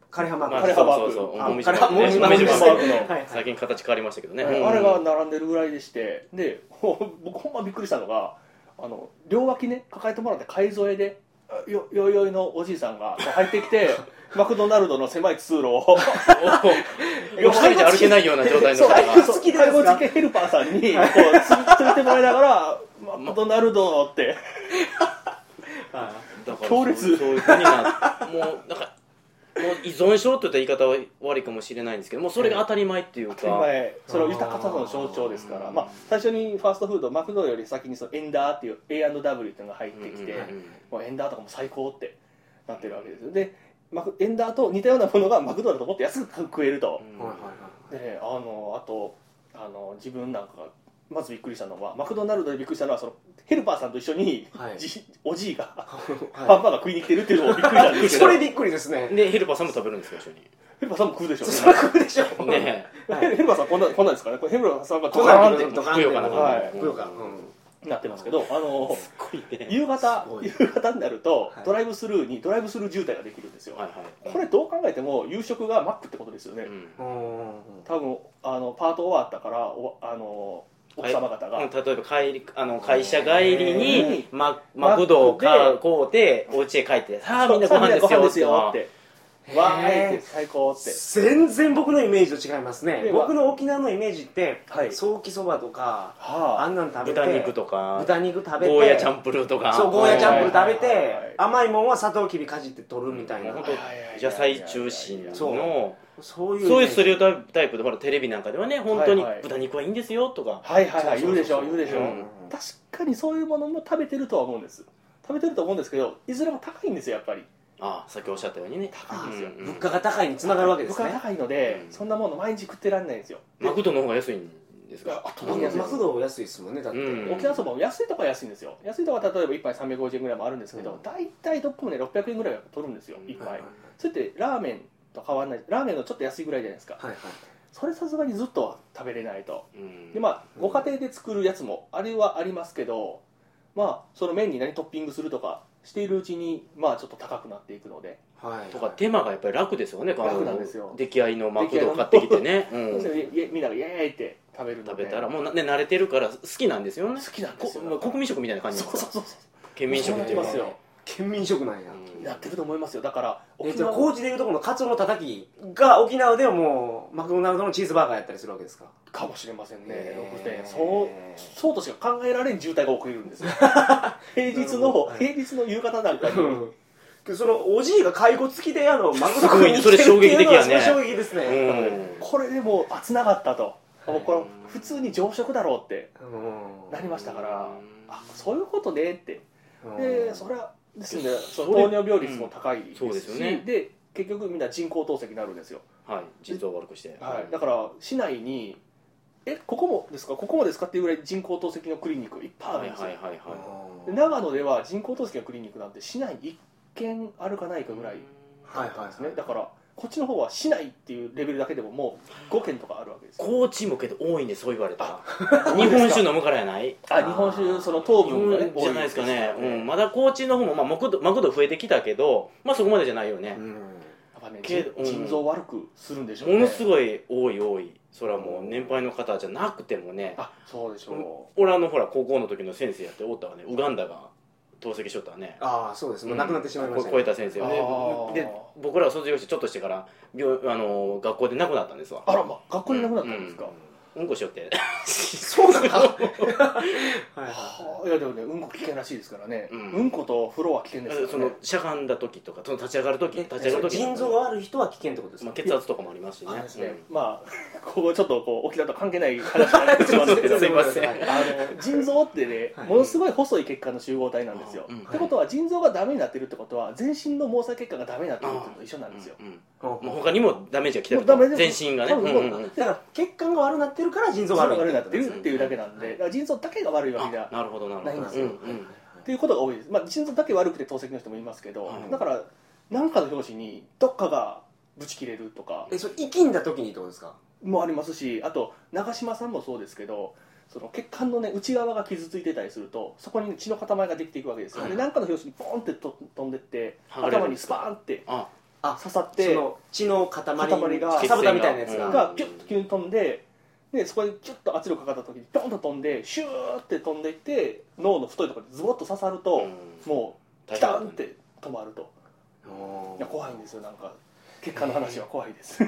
S1: 枯葉マ
S3: ま
S1: ー
S3: あ
S1: ク
S2: 枯葉マーク
S3: そうそうそう
S1: あ
S3: もみじマーク
S1: 枯
S3: ね
S1: 葉
S3: もみじマーク
S2: もみじマーク
S1: のはいはい
S3: 最近形変わりましたけどね、
S2: はい
S3: うん
S2: あれが並んでるぐらいでしてでほ僕ほんまびっくりしたのがあの両脇ね抱えてもらって買い添えでよよいよいのおじいさんが入ってきて
S3: (laughs)
S2: マクドナルドの狭い通路を
S3: おおよく一人で歩けないような状態の
S2: そう
S3: 方が
S1: 介護付きでですか
S2: 介護付きヘルパーさんにこうつ連れてもらいなが
S3: (laughs)
S2: ら「マクドナルド」って
S1: はい
S3: だから
S2: 強
S3: そ
S2: 烈
S3: うそういうふうになもうなんかもう依存症といった言い方は悪いかもしれないんですけどもうそれが当たり前っていう
S2: 当たり
S3: か、
S2: 前それを豊かさの象徴ですか
S3: あ
S2: ら
S3: ー
S2: まあ、最初にファーストフードマクドより先にそのエンダーっていう A&W っていうのが入ってきて、
S3: うんうんうん
S2: もうエンダーとかも最高ってなってるわけですよでマクエンダーと似たようなものがマクドナルドもっと安く食えると、
S3: うん
S1: はいはい
S2: であのあとあの自分なんかがまずびっくりしたのはマクドナルドでびっくりしたのはそのヘルパーさんと一緒に、
S1: はい
S2: じおじいが
S1: はい
S2: ハンバーガー食いに来てるっていうのもびっくりしたんですけ
S1: そ
S2: ど
S1: れ
S2: ヘ
S1: びっくりですね
S3: でヘルパーさんも食べるんですよ一緒に
S2: ルパーさんも食うでしょうね
S1: それ食うでしょ
S3: ね
S1: はい
S2: ヘルヘルパーさんこんなこんなんですかねこれヘルパーさんがド
S1: ド
S2: カ
S1: カ
S2: ーン
S1: ン
S2: っ
S1: っててドカンって
S3: ふくよかな
S1: はい
S3: う
S1: ふ
S3: ん
S1: くよかうん
S2: なってますけど、あの
S3: すごいね
S2: 夕方
S3: すごい
S2: 夕方になると
S3: はい
S2: ドライブスルーにドライブスルー渋滞ができるんですよ、
S3: はいはい
S2: これどう考えても夕食がマックってことですよね、
S3: うん
S1: うん
S2: 多分あのパート終わったからおあの奥様方が、
S3: うん例えば帰りあの会社帰りにママクドを
S2: マッ
S3: か
S2: クで
S3: 買うてお家へ帰ってさあみんなご飯ですよ
S2: そ
S3: って
S2: うみんなご飯ですよってわーい
S1: へー
S2: って最高って
S1: 全然僕のイメージと違いますね
S2: で
S1: 僕の沖縄のイメージって
S2: はい
S1: ソーキそばとかあ
S2: は
S1: んなん食べて
S3: 豚肉とか
S1: 豚肉食べて
S3: ゴーヤチャンプルーとか
S1: そうゴーヤチャンプルー食べ
S2: はいはいはいは
S1: て
S2: い
S1: 甘いもんは砂糖きびかじって取るみたいな
S3: もう本
S2: はいはいはいはい
S3: 当野菜中心の
S1: そうそういう
S3: そういうステレ
S1: れ
S3: オタイプでほらテレビなんかではね本当に
S2: はいはい
S3: 豚肉はいいんですよとか
S2: あはいはいはい
S1: そ
S2: 言
S1: うそう
S2: う
S1: そ
S2: でし
S1: う
S2: ょ言うでしょ、
S3: うん
S2: 確かにそういうものも食べてるとは思うんです食べてると思うんですけどいずれも高いんですよやっぱり
S3: ああさっきおっしゃったようにね
S2: 高いんですよ
S3: うん
S1: 物価が高いにつながるわけです
S2: 物価
S1: ね
S2: が高いので、
S3: うん
S2: そんなもの毎日食ってらんないんですよ
S3: マクドの方が安いんですか
S2: 圧倒
S1: マ
S2: 的に安いです
S1: クド安いですもんねだって
S3: うん
S2: 沖縄そばも安いとこは安いんですよ安いとこは例えば1杯350円ぐらいもあるんですけど、
S1: うん
S2: 大体どこもね600円ぐらいは取るんですよ1
S3: は
S2: 杯、それってラーメンと変わらないラーメンのちょっと安いぐらいじゃないですか、
S1: はいはい
S2: それさすがにずっとは食べれないと
S3: うん
S2: でまあご家庭で作るやつもあれはありますけどまあその麺に何トッピングするとかしているうちにまあちょっと高くなっていくので、
S1: はい
S3: とか手間がやっぱり楽ですよね
S2: 楽なんですよ
S3: 出来合いのマクドを買ってきてね、う
S2: (laughs) そうんするといみんながイエーイって食べるの
S3: 食
S2: で
S3: べたらもうなね慣れてるから好きなんですよね
S2: 好きなんで
S3: こ
S2: すよ
S3: まあ国民食みたいな感じ
S2: そ
S3: で
S2: う
S3: す
S2: そう
S3: か
S2: そうそう
S3: 県民食っていう
S2: そうなって
S3: か
S2: ますよ
S1: 県民食なんや
S3: うん
S2: やってると思いますよだから
S1: え
S2: 沖
S1: じゃあ
S2: 縄
S1: 高知でいうとこのカツオのたたきが沖縄ではもうマクドナルドのチーズバーガーやったりするわけですか
S2: かもしれませんね
S1: へー
S2: 6点そうそうとしか考えられん渋滞が起きる
S3: (laughs)
S2: んですよ平日
S1: なるほ
S2: の
S1: ど
S2: 平日の夕方なんかに
S1: うんでそのおじいが介護付きであのマクドナルドに
S3: すごいねそれ衝撃的やね
S1: それ衝撃ですね
S3: うん
S2: これでもうあつながったともうこれ普通に常食だろうって
S1: うん
S2: なりましたから
S3: うん
S2: あそういうことねってでそれはですねその
S3: それ
S2: 糖尿病率も高いですし、
S3: うんそうですよね
S2: で結局みんな人工透析になるんですよ、
S3: はい腎臓を悪くして
S2: だから市内にえここもですかここもですかっていうぐらい人工透析のクリニックいっぱいあ
S3: は
S2: る
S3: い
S2: んですよ、
S3: はいはい
S1: うん
S3: は
S2: で長野では人工透析のクリニックなんて市内に1軒あるかないか
S3: い
S2: ぐらいで
S1: はいはいはい
S2: すね、だからこっちの方は市内っていうレベルだけでももう5軒とかあるわけですよ
S3: 高知もけど多いんでそう言われたら日本酒飲むからやない
S2: あ日本酒その糖
S3: 日
S2: 分がね
S3: 本じゃないですかね、
S2: 多いん
S3: うん、まだ高知の方も、まあ、マクドマクド増えてきたけど、まあ、そこまでじゃないよね、
S1: うん
S2: やっぱね
S3: けど
S2: 腎腎臓悪くするんでしょうね
S3: ものす
S2: い
S3: ごい多い多いそれはもう年配の方じゃなくてもね
S2: あそうでしょ
S3: 俺あのほら高校の時の先生やっておったわねウガンダが透析しとったわね
S1: ああそうですもうなくなってしまいました
S3: こ超え
S1: ね
S3: た先生
S2: あー
S3: でで僕らが卒業してちょっとしてから病あの学校で亡くなったんですわ
S2: うあらま学校にいなくなったんですか、
S3: うんこしよって
S1: そうなんだはいはい
S2: はあいやでもねうんこ危険らしいですからね、
S3: う
S2: うんん、こと風呂は危険ですから、ね、
S3: そのしゃがんだ時とかその立ち上がる時
S1: え
S3: 立ち上がる時
S1: 腎臓が悪い人は危険ってことです
S3: まあ、
S1: か
S3: 血圧とかもありますし
S2: あ
S3: ね
S2: のですね、まあ (laughs) ここちょっとこう沖縄と関係ない
S1: (laughs)
S2: 話になってしまうんですけど
S3: すいません
S1: はい
S2: あの腎臓ってね、
S1: はい
S2: ものすごい細い血管の集合体なんですよ。
S3: うんうん
S2: ってことは腎臓がダメになってるってことは全身の毛細血管がダメになってるってことと一緒なんですよ。
S3: うんうん
S1: ほう
S3: まあ、
S1: ほう
S3: 他にもダメージが来てる
S2: もうダメー
S3: と
S2: ジ
S3: 全身がね
S2: 多分
S3: うんうんう
S1: だ
S3: ん
S1: から血管が悪なってるから腎臓
S2: 腎
S1: が
S2: 臓
S1: 悪い
S2: が悪くなっ
S1: ことで
S2: てる
S1: す
S2: っ
S1: ね
S2: ていうだけなんで、だから腎臓だけが悪いわけじ
S3: あ
S2: ゃ
S3: なるほどなるほど
S2: ないんです
S1: よ
S3: うんうん
S2: っていうことが多いです。まあ腎臓だけ悪くて透析の人もいますけど、
S3: はい
S2: だから何かの拍子にどっかがブチ切れるとか
S1: えそれ生きんだ時にってことですか
S2: もありますし、あと長嶋さんもそうですけど。その血管の、ね、内側が傷ついてたりするとそこに血の塊ができていくわけですよ、
S1: はい
S2: で何かの拍子にボーンってと飛んでって
S3: 剥がれる
S2: 頭にスパーンって
S3: あ
S1: あ
S2: 刺さっ
S1: そ
S2: て
S1: の血の塊
S2: 塊が
S1: かさぶたみたいなやつ
S3: 血栓
S1: が
S2: がピュッと急に飛んででそこにキュッと圧力かかった時にピョンと飛んでシューって飛んでいって脳の太いところにズボッと刺さると、
S3: うん
S2: もうピタンって止まると
S1: おー
S2: いや怖いんですよなんか血管の話は怖いです、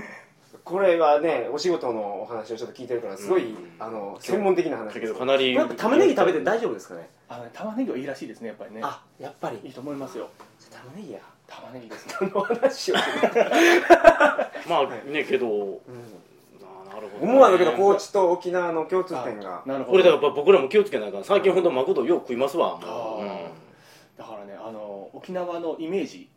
S1: これはねお仕事のお話をちょっと聞いてるからすごい、
S3: うん
S1: あの専門的な話
S3: だ
S1: です
S3: けど
S1: こ
S3: かなり
S1: れやっぱ玉ねぎ食べて大丈夫ですかね
S2: あのね玉ねぎはいいらしいですねやっぱりね
S1: あやっぱり
S2: いいと思いますよ
S1: 玉ねぎや
S2: 玉ねぎ (laughs) ですね
S1: の話を、
S3: まあねけど
S1: う
S3: あなるほど
S1: ん、
S3: ね
S1: 思わぬけど高知と沖縄の共通点が
S2: あなるほ
S3: こ
S2: ど
S3: れだから僕らも気をつけないから最近本当マクドよく食いますわもう
S2: あーだからねあの沖縄のイメージ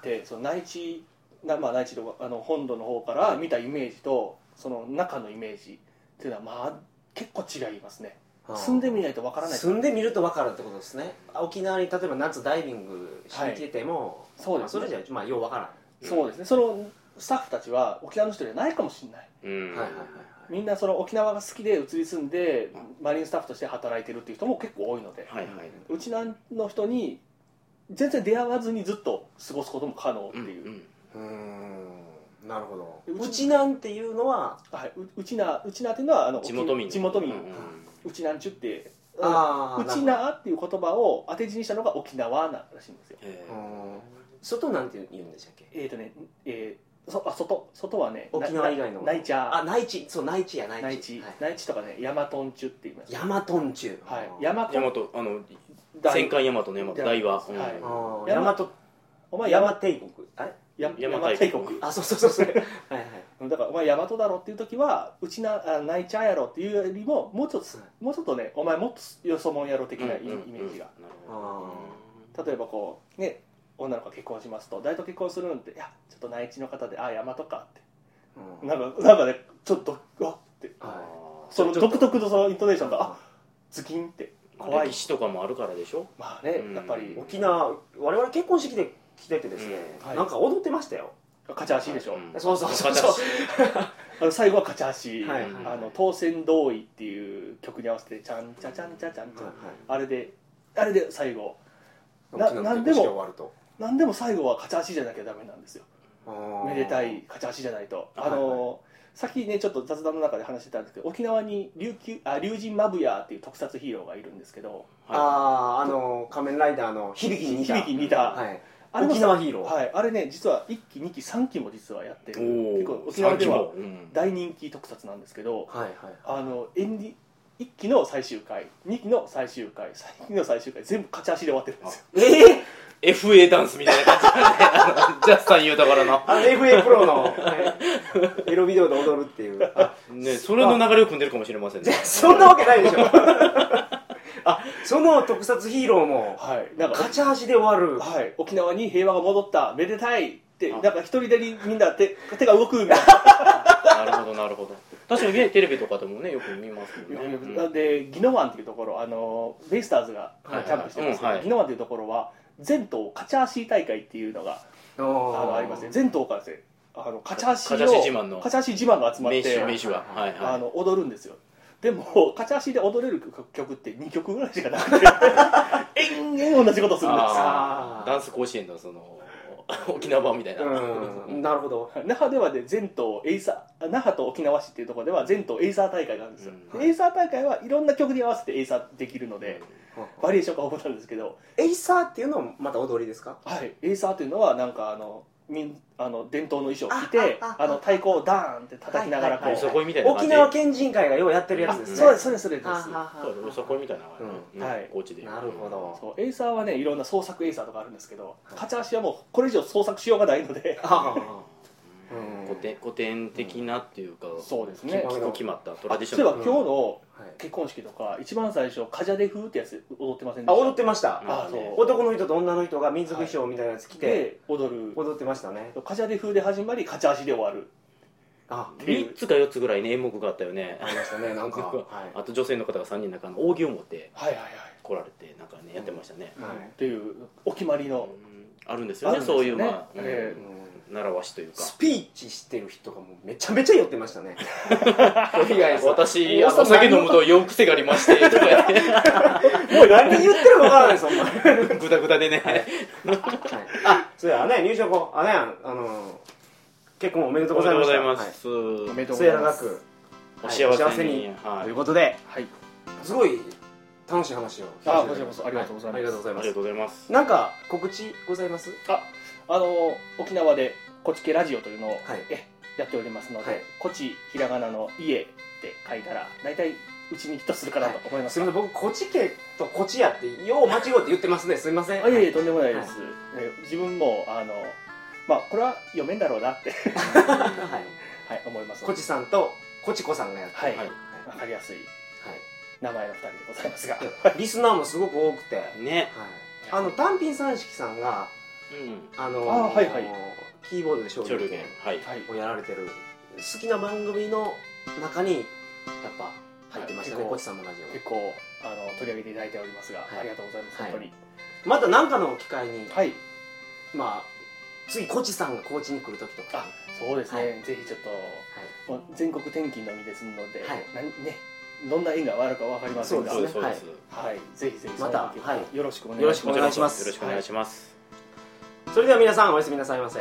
S2: ってその内地な、まあ、内地とかあの本土の方から見たイメージとその中のイメージっていうのはまあ結構違いますね住んでみないとわからない
S1: 住んでみると分かるってことですねあ沖縄に例えば夏ダイビングしに来てても、
S2: そうですね
S1: まあそれじゃまあよう分からん
S2: そうですねそのスタッフたちは沖縄の人じゃないかもしれない
S3: うん
S1: はいはいはい
S2: みんなその沖縄が好きで移り住んでマリンスタッフとして働いてるっていう人も結構多いので
S3: はいはい、
S2: うちなんの人に全然出会わずにずっと過ごすことも可能って
S3: うん
S2: いう、
S3: うん
S1: うーんなるほど
S2: うち
S1: うちなんていうのは
S2: はいううちなうちなっていうのはあの
S3: 地元民
S2: 地元民、
S3: うんうん
S2: うちなんちゅって
S1: あ
S2: う
S1: ー
S2: ち
S1: なる
S2: なっていう言葉を当て字にしたのが沖縄なんらしいんですよ
S3: え
S1: ほど
S3: ー
S1: うーん外なんて言うんでしたっけ
S2: えっ、ー、とね、えー、そあ外外はねな
S1: 沖縄以外の
S2: な内地
S1: あ
S2: あ
S1: 内地そう内地や内地
S2: 内地、
S1: はい
S2: 内地とかねヤマトンチュって言います
S1: ヤマトンチュ
S2: はい
S1: ヤ
S2: ヤマト
S3: 大
S2: ン
S3: 和あの戦艦大和の大和大和、うん
S2: はい
S1: マ
S2: ヤ
S1: ヤ
S2: マ
S1: マト
S2: お前
S1: ヤ
S2: ヤ
S1: マ
S2: マ
S1: 帝国あれ
S2: ヤ
S3: ヤマ
S2: マ帝
S3: 帝
S2: 国
S3: 国
S1: あそうそうそう
S2: (laughs)
S1: そうはいはい
S2: だからお前ヤマトだろっていう時はうちなあ内地やろっていうよりももうちょっともうちょっとねお前もっとよそもんやろ的なイ,、イメージが
S3: なる
S1: あ
S3: ほど
S2: 例えばこうね女の子が結婚しますと誰と結婚するんっていやちょっと内地の方であヤマトかっ
S1: ーうん
S2: てなんかなんかねちょっとうわって
S1: は
S2: その
S3: ちょっ
S2: 独
S3: と
S2: 特のそのイントネーションがあ
S1: あ
S2: ズキンって怖い
S3: 歴史とかもあるからでしょ
S2: まあね
S3: うん
S2: やっぱり
S1: 沖縄我々結婚式で来ててですね
S2: うんはい
S1: なんか踊ってましたよ
S2: 勝ち足でしょ、
S3: うん
S1: そうそうそうそう
S2: あの最後は勝ち足、
S1: はい
S3: はい
S2: あの当選同意っていう曲に合わせてちゃんちゃちゃんちゃちゃんちゃんあれであれで最後ななんでも
S1: 終わると
S2: 何でも最後は勝ち足じゃなきゃダメなんですよめでたい勝ち足じゃないとあの、
S1: はい
S2: さっきねちょっと雑談の中で話してたんですけど沖縄に琉球あ龍神マブヤーっていう特撮ヒーローがいるんですけど
S3: は
S1: あああの仮面ライダーの響きに似た
S2: 響きに似た
S1: はい
S2: あれも
S1: 沖縄ヒーロー
S2: はい、あれね実は1期2期3期も実はやって
S3: い
S2: る
S3: お
S2: 結構
S3: お
S2: 沖縄では
S3: もうん
S2: 大人気特撮なんですけど
S1: はいはい
S2: あのエンディ1期の最終回2期の最終回3期の最終回全部勝ち足で終わってるんですよ
S1: ええ
S3: FA ダンスみたいな感じだねあのジャスさん言うたからな
S1: あの FA プロのはいエロビデオで踊るって
S2: (laughs)
S1: いうあ
S3: (laughs) ねそれの流れを組んでるかもしれませんね
S1: そんなわけないでしょあその特撮ヒーローも
S2: はいなんか
S1: 勝ち橋で終わる
S2: はい、沖縄に平和が戻っためでたいってな
S3: あ
S2: んか一人でにみんな手手が動くみたい
S3: なるほどなるほど確かにねテレビとかでもねよく見ますけど
S2: な、
S3: ねうん
S2: なんで宜野湾っていうところあのベイスターズがキ
S1: はいはい
S2: ャンプしてますけど
S3: うんはい
S2: 宜野湾っていうところは全島カチャーシー大会っていうのが
S1: あ
S2: あ
S1: の
S2: のありますね全島からですねあのカチャーシ
S3: カチャーシー自
S2: ー
S3: 慢
S2: を
S3: の
S2: カチャーシー自慢が集まっ
S3: 名手名
S2: て
S3: 手がはいはい
S2: あの踊るんですよでもカチャーシーで踊れる曲って2曲ぐらいしかな
S3: (laughs)
S2: くて延々同じことするんですよ
S3: あーダンス甲子園のその沖縄版みたいな、
S1: うんなるほど
S2: 那覇ではね全島エイサー那覇と沖縄市っていうところでは全島エイサー大会があるんですよ、
S3: うん
S2: でエイサー大会はいろんな曲に合わせてエイサーできるので、バリエーションが豊富なんですけど、
S1: エイサーっていうのもまた踊りですか
S2: はい、エイサーというのはなんかあの民あの伝統の衣装を着て
S1: あ
S2: あ
S1: ああ
S2: の太鼓をダーンって叩きながらこ
S1: はい
S2: う、
S3: お
S1: はい
S3: そこいみたいな感
S1: 沖
S3: じ
S1: 縄県人会がようやってるやつですね
S2: あそうですそうですそうです
S1: はあはあ
S3: そうだおそこいみたいな感じ、
S1: うん
S3: うん
S2: はい
S3: 高知で
S1: なるほど
S2: そうエイサーはねいろんな創作エイサーとかあるんですけど
S1: はい
S2: 勝ち足はもうこれ以上創作しようがないので
S1: (laughs) あーうん
S3: (laughs) 古典古典的なっていうか、
S2: そうですね
S3: き結構決まったトラ
S2: あ
S3: ディシ
S2: そう
S3: ョ
S2: いえ
S3: ナ
S2: ば
S3: ル
S2: 今日の
S1: はい
S2: 結婚式とか一番最初カジャデ風ってやつ踊ってませんで
S1: あ
S2: した
S1: 踊ってました
S2: あ
S3: まあね
S2: そ
S1: 男の人と女の人が民族衣装みたいなやつ着て
S2: で踊る
S1: 踊ってましたね
S2: カチャデ風で始まりカチャ足で終わる
S1: あ
S3: 3つか4つぐらいね演目があったよね
S1: ありましたねなんか (laughs) はい
S3: あと女性の方が3人の中の扇を持って
S2: はいはいはい
S3: 来られてなんかねやってましたね、
S1: はい
S2: っていうお決まりの
S3: うんあるんですよね
S2: あるんですよ
S3: そ
S2: ね
S3: ういうまあ、うん
S2: え
S1: うん
S3: 習わしというか
S1: スピーチしてる人がもうめちゃめちゃ酔ってましたねとりあえず
S3: 私あのお酒飲むと酔う癖がありましてとか言って
S1: もう (laughs) 何言ってるかわからないですお前はい
S3: グダグダでね、
S1: あそうやね入場後あねあの結婚おめでとうございましたはい
S3: おめでとうございます、
S1: 末
S2: で
S1: 永く
S3: お幸せ
S1: はい
S3: に、
S1: お
S3: はい
S1: ということで
S2: はい
S1: すごい楽しい話を
S2: あこちらこそありがとうございます
S1: はありがとうござい
S3: あ
S1: ま
S3: りが
S1: す
S3: とうございます
S1: なんか告知ございます
S2: ああの沖縄でコチケラジオというのを、
S1: はい
S2: えやっておりますので、
S1: はい
S2: コチひらがなの家って書いたら大体うちにヒットするかなと思いますす、
S1: みません僕こち家とこちやってよう間違うって言ってますねすみません
S2: あいえいえとんでもないです、え自分もあのまあこれは読めんだろうなって
S1: (laughs) はい
S2: はい思います
S1: こちさんとこちこさんがやって
S2: はい
S1: は
S2: わ
S1: い、
S2: かりやすい名前の2人でございますが
S1: はいリスナーもすごく多くて、はい、
S3: ね、
S1: あの単品三色さんが
S3: うん、
S1: あの
S2: あはいはい
S1: キーボードで勝
S3: チョル
S1: 利
S3: ゲンはい
S2: はい
S1: をやられてる好きな番組の中にやっぱ入ってましたね、
S2: はい
S1: こちさんもラジ
S2: 結構あの取り上げていただいておりますが、
S1: はい
S2: ありがとうございます
S1: はい
S2: 本当に
S1: オまた何かの機会に、
S2: はい
S1: まあ次コチさんが高知に来る時とか
S2: あそうですね、
S1: は
S2: ぜひちょっと
S1: はい
S2: もう全国転勤のみですので、
S1: はい
S2: なんね、どんな縁があるかわかりませんが
S1: そうですね
S3: そうです
S2: はい、ぜひぜひ
S1: また
S2: その時はよろしくお願いしま
S1: よ
S2: す
S1: ろしくお願いします
S3: よろしくお願いします、
S1: それでは皆さんおやすみなさいませ、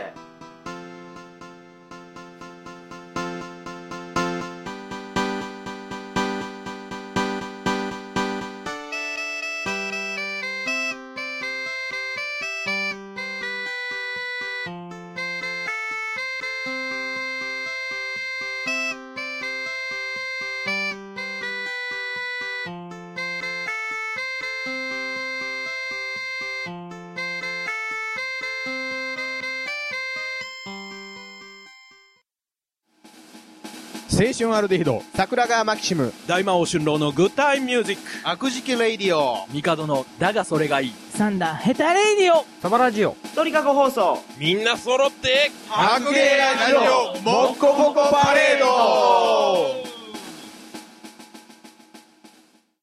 S4: 青春アルデヒド桜川マキシム
S5: 大魔王春郎のグッタイムミュージック
S4: 悪事記レイディオ
S5: 帝のだがそれがいい
S6: サンダーヘタレイディオ
S4: サバラジオ
S1: 鳥かご放送
S5: みんな揃って
S4: 白芸ラジオもっこも